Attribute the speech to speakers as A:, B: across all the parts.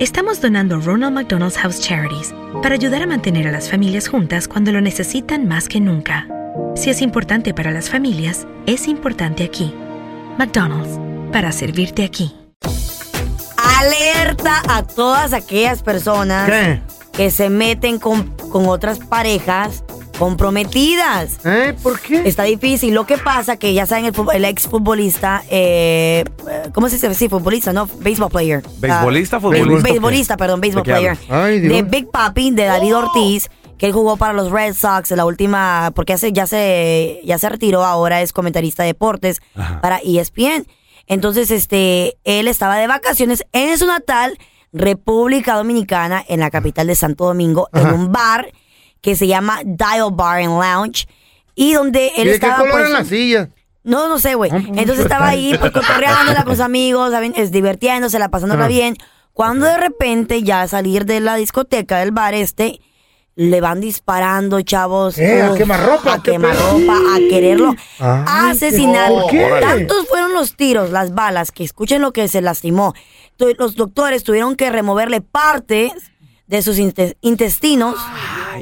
A: Estamos donando Ronald McDonald's House Charities para ayudar a mantener a las familias juntas cuando lo necesitan más que nunca. Si es importante para las familias, es importante aquí. McDonald's, para servirte aquí.
B: Alerta a todas aquellas personas
C: ¿Qué?
B: que se meten con, con otras parejas comprometidas.
C: ¿Eh? ¿Por qué?
B: Está difícil. Lo que pasa que ya saben, el, fu- el exfutbolista, eh, ¿cómo se dice? Sí, futbolista, ¿no? Baseball player.
D: ¿Beisbolista,
B: Ah,
D: futbolista?
B: beisbolista, perdón, baseball
D: qué
B: player.
C: hablas? Ay, Dios.
B: De Big Papi, de David
C: Oh.
B: Ortiz, que él jugó para los Red Sox en la última, porque hace, ya, se, ya se retiró, ahora es comentarista de deportes para E ESPN. Entonces, este, él estaba de vacaciones en su natal, República Dominicana, en la capital de Santo Domingo, en un bar que se llama Dial Bar and Lounge, y donde
C: ¿Y
B: él
C: ¿De qué
B: estaba...
C: color
B: pues,
C: eran las sillas?
B: no, no sé, güey.
C: Ah, pues,
B: Entonces estaba ahí, pues, cotorreándola con sus amigos, ¿saben? Es, divirtiéndosela, pasándola
C: Ah.
B: bien. Cuando de repente, ya al salir de la discoteca, del bar este, le van disparando, chavos.
C: ¿Qué? Eh, ¿A
B: Uf,
C: quemarropa?
B: A
C: ¿Qué
B: quemarropa,
C: pedo?
B: a quererlo
C: Ay,
B: asesinar.
C: ¿por qué?
B: Tantos fueron los tiros, las balas, que escuchen lo que se lastimó. Tu- Los doctores tuvieron que removerle partes de sus inte- intestinos,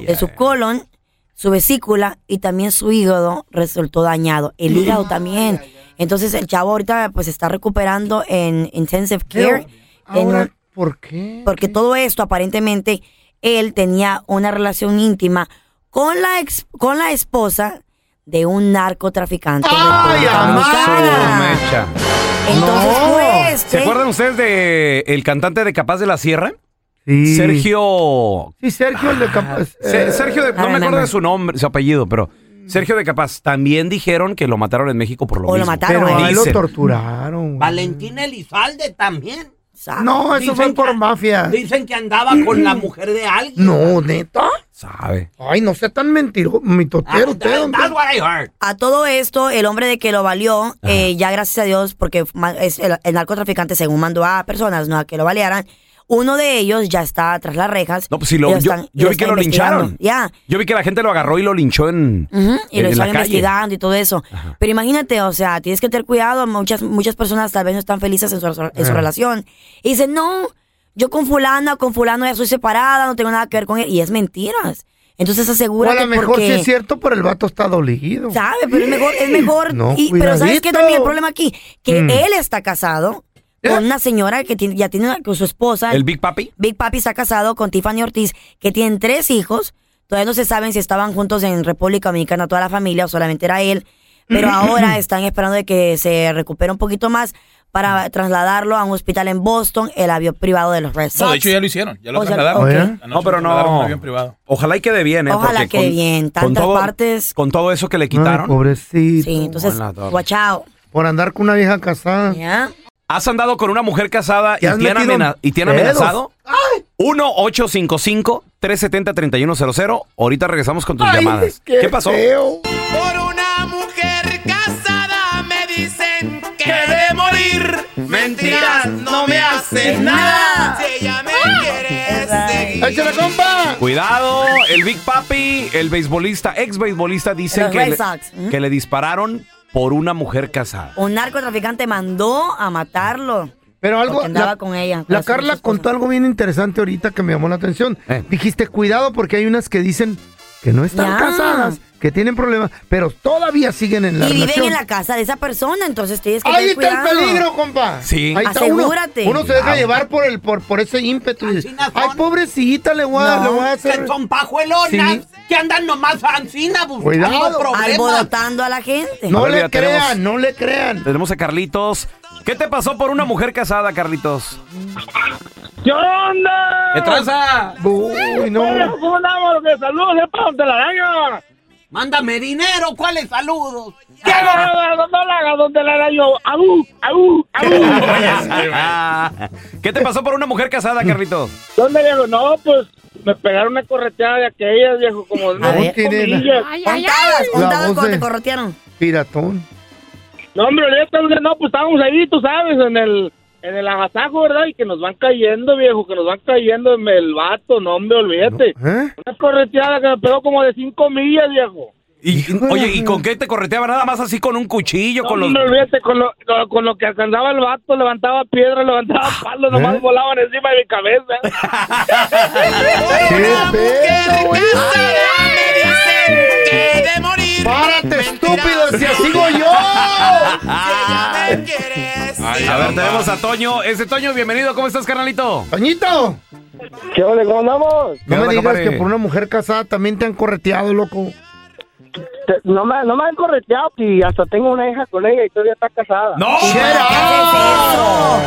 B: de su colon, su vesícula y también su hígado resultó dañado. El hígado también. Entonces el chavo ahorita pues está recuperando en intensive
C: Pero,
B: care. en
C: Ahora,
B: un-
C: ¿por qué?
B: porque todo esto aparentemente él tenía una relación íntima con la ex- con la esposa de un narcotraficante. de
C: ¡Ay,
B: República Dominicana.
D: Su mecha.
B: Entonces fue este.
D: ¿Se acuerdan ustedes de el cantante de Capaz de la Sierra?
C: Sí.
D: Sergio. Ah,
C: Sí, Sergio, el de Campas-
D: Se-
C: eh,
D: Sergio, de- no me acuerdo
B: remember.
D: de su nombre, su apellido, pero Sergio de Capaz. También dijeron que lo mataron en México por lo
B: O lo
D: mismo.
B: mataron. ¿eh?
C: Pero a él lo
D: Dicen.
C: torturaron. güey.
E: Valentín Elizalde también.
B: Sa-
C: No, eso
E: Dicen
C: fue
E: que-
C: por mafia.
E: Dicen que andaba con la mujer de alguien.
C: No, neta.
D: Sabe.
C: Ay, no sea tan mentiroso, mitotero
E: Ah,
C: usted.
E: that-
C: hombre.
E: That's what I heard.
B: A todo esto, el hombre de que lo valió, eh, ya gracias a Dios, porque ma- es el, el narcotraficante, según mandó a personas ¿no? a que lo balearan, uno de ellos ya está tras las rejas.
D: No, pues si lo,
B: y
D: yo,
B: están- y
D: yo vi que
B: están
D: lo
B: investigando.
D: lincharon.
B: Ya.
D: Yo vi que la gente lo agarró y lo linchó en,
B: Ujú, y lo
D: en
B: están
D: la calle.
B: investigando y todo eso. Pero imagínate, o sea, tienes que tener cuidado. Muchas, muchas personas tal vez no están felices en su, en su relación. Y dicen, no, yo con fulana, con fulano ya soy separada, no tengo nada que ver con él. Y es mentiras. Entonces
C: O a
B: asegúrate
C: lo mejor
B: porque...
C: sí es cierto, pero el vato está dolido.
B: ¿Sabe? Pero es mejor, es mejor.
C: No,
B: y- pero ¿sabes qué
C: cuidadito.
B: también el problema aquí? Que
C: Mm.
B: él está casado
C: ¿Eh?
B: con una señora que tiene- ya tiene una- con su esposa.
D: el Big Papi.
B: Big Papi está casado con Tiffany Ortiz, que tienen tres hijos. Todavía no se saben si estaban juntos en República Dominicana toda la familia o solamente era él. Pero ahora están esperando de que se recupere un poquito más para trasladarlo a un hospital en Boston, el avión privado de los Red Sox.
F: No, de hecho ya lo hicieron, ya lo
B: O sea,
D: Ah,
F: trasladaron.
C: ok.
F: Anoche
D: No, pero
F: lo trasladaron
D: no.
F: en un avión privado.
D: Ojalá y quede bien, ¿eh?
B: Ojalá
D: Porque
B: quede bien. Tantas partes.
D: Con todo eso que le
C: Ay,
D: quitaron.
C: Ah, pobrecito.
B: Sí, entonces,
D: Hola, Dora.
B: watch out.
C: Por andar con una vieja casada.
B: ¿ya?
D: ¿Has andado con una mujer casada y
C: ¿Te has
D: te, han
C: metido en
D: amena- y te han
C: pedos?
D: amenazado? 1-855-370-3100. Ahorita regresamos con tus llamadas. ¿Qué, pasó?
C: feo.
G: Por una mujer casada me dicen que de morir mentiras no me hacen nada. Si ella me quiere, se
C: ¡Échale, compa!
D: Cuidado, el Big Papi, el beisbolista, ex beisbolista, dicen
B: Los
D: que
B: Red
D: le,
B: Sox, ¿eh? ¿m?
D: que le dispararon por una mujer casada.
B: Un narcotraficante mandó a matarlo.
C: Pero algo.
B: Porque andaba
C: la-
B: con ella, con
C: La
B: su-
C: Carla
B: su
C: contó
B: esposa.
C: algo bien interesante ahorita que me llamó la atención.
D: Eh.
C: Dijiste, cuidado, porque hay unas que dicen que no están
B: Ya.
C: casadas, que tienen problemas, pero todavía siguen en la
B: Y viven
C: relación.
B: en la casa de esa persona, entonces tienes que tener
C: Ahí está el
B: cuidado.
C: peligro, compa.
D: Sí.
C: Ahí está uno.
B: Asegúrate.
C: Uno, se deja
D: Cuidado.
C: llevar por el por, por ese ímpetu. y dice,
E: Así no son.
C: Ay, pobrecita, le voy a,
B: No,
C: le voy a
E: Que
C: hacer.
E: son pajuelonas
C: Sí.
E: que andan nomás ansina buscando
C: Cuidado.
E: problemas.
B: Alborotando a la gente.
C: No
D: A ver,
C: le
D: ya
C: crean,
D: tenemos-
C: no le crean.
D: Tenemos a Carlitos. ¿Qué te pasó por una mujer casada, Carlitos?
F: ¿Qué onda?
D: ¿Qué tranza?
C: Uy, no.
F: ¿Cómo andamos? ¡De saludos! ¡Ya para donde la daño!
E: Mándame dinero, ¿cuáles saludos?
F: ¿Qué no, no, no la haga donde la daño! ¡Aú! ¡Aú! ¡Aú!
D: Ah, ¿Qué te pasó por una mujer casada, Carlitos?
F: ¿Dónde viejo? No, pues me pegaron una correteada de aquellas, viejo, como de
C: No
F: unas
C: tiene
F: comillas.
B: Contabas,
C: La
B: contabas
C: voz
B: cuando
C: de-
B: te corrotearon.
C: Piratón.
F: No, hombre, ahorita, hombre, no, pues estábamos ahí, tú sabes, en el, en el agasajo, ¿verdad? Y que nos van cayendo, viejo, que nos van cayendo el vato, no, hombre, olvídate.
C: ¿Eh?
F: Una correteada que me pegó como de cinco millas, viejo.
D: Y, oye, ¿y con qué te correteaba? Nada más así con un cuchillo,
F: No,
D: con los...
F: hombre, olvídate, con lo, lo- con lo que alcanzaba el vato, levantaba piedra, levantaba palos, nomás volaban encima de mi cabeza.
C: ¡Qué
G: Una mujer
C: pedo, güey! Ah,
G: casada me dicen que de morir.
C: ¡Párate, estúpido! ¡Si así sigo yo!
G: Ah. me quieres.
D: A ver, tenemos a Toño. Ese Toño, bienvenido. ¿Cómo estás, carnalito?
C: ¡Toñito!
F: ¿Qué onda, cómo andamos?
C: No
D: onda,
C: me digas
D: compadre?
C: que por una mujer casada también te han correteado, loco.
F: no, me, no me han correteado y hasta tengo una hija con ella y todavía está casada.
D: ¡No!
B: ¿Qué haces eso?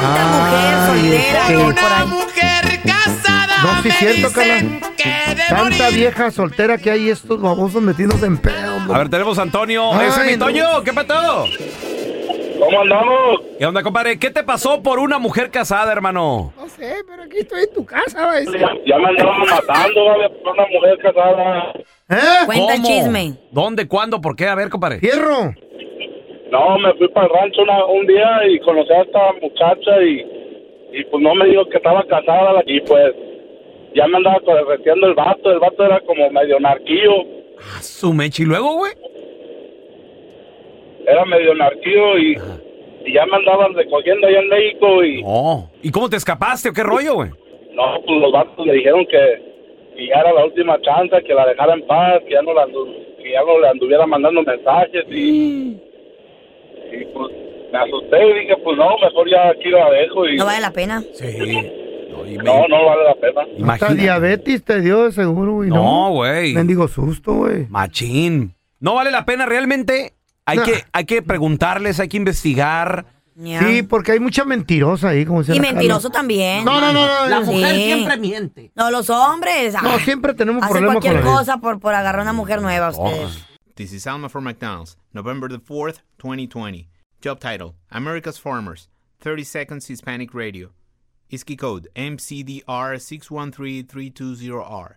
B: Tanta mujer soltera que hay por
G: Una
B: ahí.
G: mujer casada
C: No, sí
G: me
C: siento,
G: dicen que de
C: Tanta
G: morir.
C: vieja soltera que hay estos babosos metidos en pedo.
D: A ver, tenemos a Antonio. Ese es
C: Ay,
D: mi
C: no.
D: Toño. ¿Qué pasó?
F: ¿Cómo andamos?
D: ¿Qué onda, compadre? ¿Qué te pasó por una mujer casada, hermano?
C: No sé, pero aquí estoy en tu casa, ¿ves?
F: Ya me andaban matando, vale, por una mujer casada.
C: ¿Eh?
B: Cuenta el
D: ¿Cómo?
B: chisme.
D: ¿Dónde? ¿Cuándo? ¿Por qué? A ver, compadre.
C: ¡Fierro!
F: No, me fui para el rancho una- un día y conocí a esta muchacha y, y pues no me dijo que estaba casada la- y pues ya me andaba correteando el vato, el vato era como medio narquillo,
D: Ah, Su mechi. ¿Y luego, güey?
F: era medio narquillo y, y ya me andaban recogiendo allá en México y
D: Oh. ¿Y cómo te escapaste o qué rollo, güey?
F: no, pues los vatos le dijeron que, que ya era la última chance, que la dejara en paz, que ya no, la andu- que ya no le anduviera mandando mensajes y, y pues me asusté y dije pues no, mejor ya aquí la dejo y
B: No vale la pena.
D: Sí. No, y me-
F: no, no vale la pena.
C: Hasta
D: imagínate.
C: diabetes te dio de seguro, güey.
D: No, güey.
C: Mendigo susto, güey.
D: Machín. No vale la pena realmente. Hay,
C: Nah.
D: que, hay que preguntarles, hay que investigar.
B: Ya.
C: Sí, porque hay mucha mentirosa ahí, como pues, se
B: y mentiroso también.
C: No, no, no,
E: La
C: no. no.
E: mujer
B: Sí.
E: siempre miente.
B: No, los hombres.
C: No,
B: ay,
C: siempre tenemos
B: Hacen
C: problemas con
B: cualquier
C: la gente.
B: cosa por, por agarrar una mujer nueva ustedes.
H: This is Alma from McDonald's, November the 4th, 2020. Job title America's Farmers, 30 Seconds Hispanic Radio. ISKI code MCDR613320R.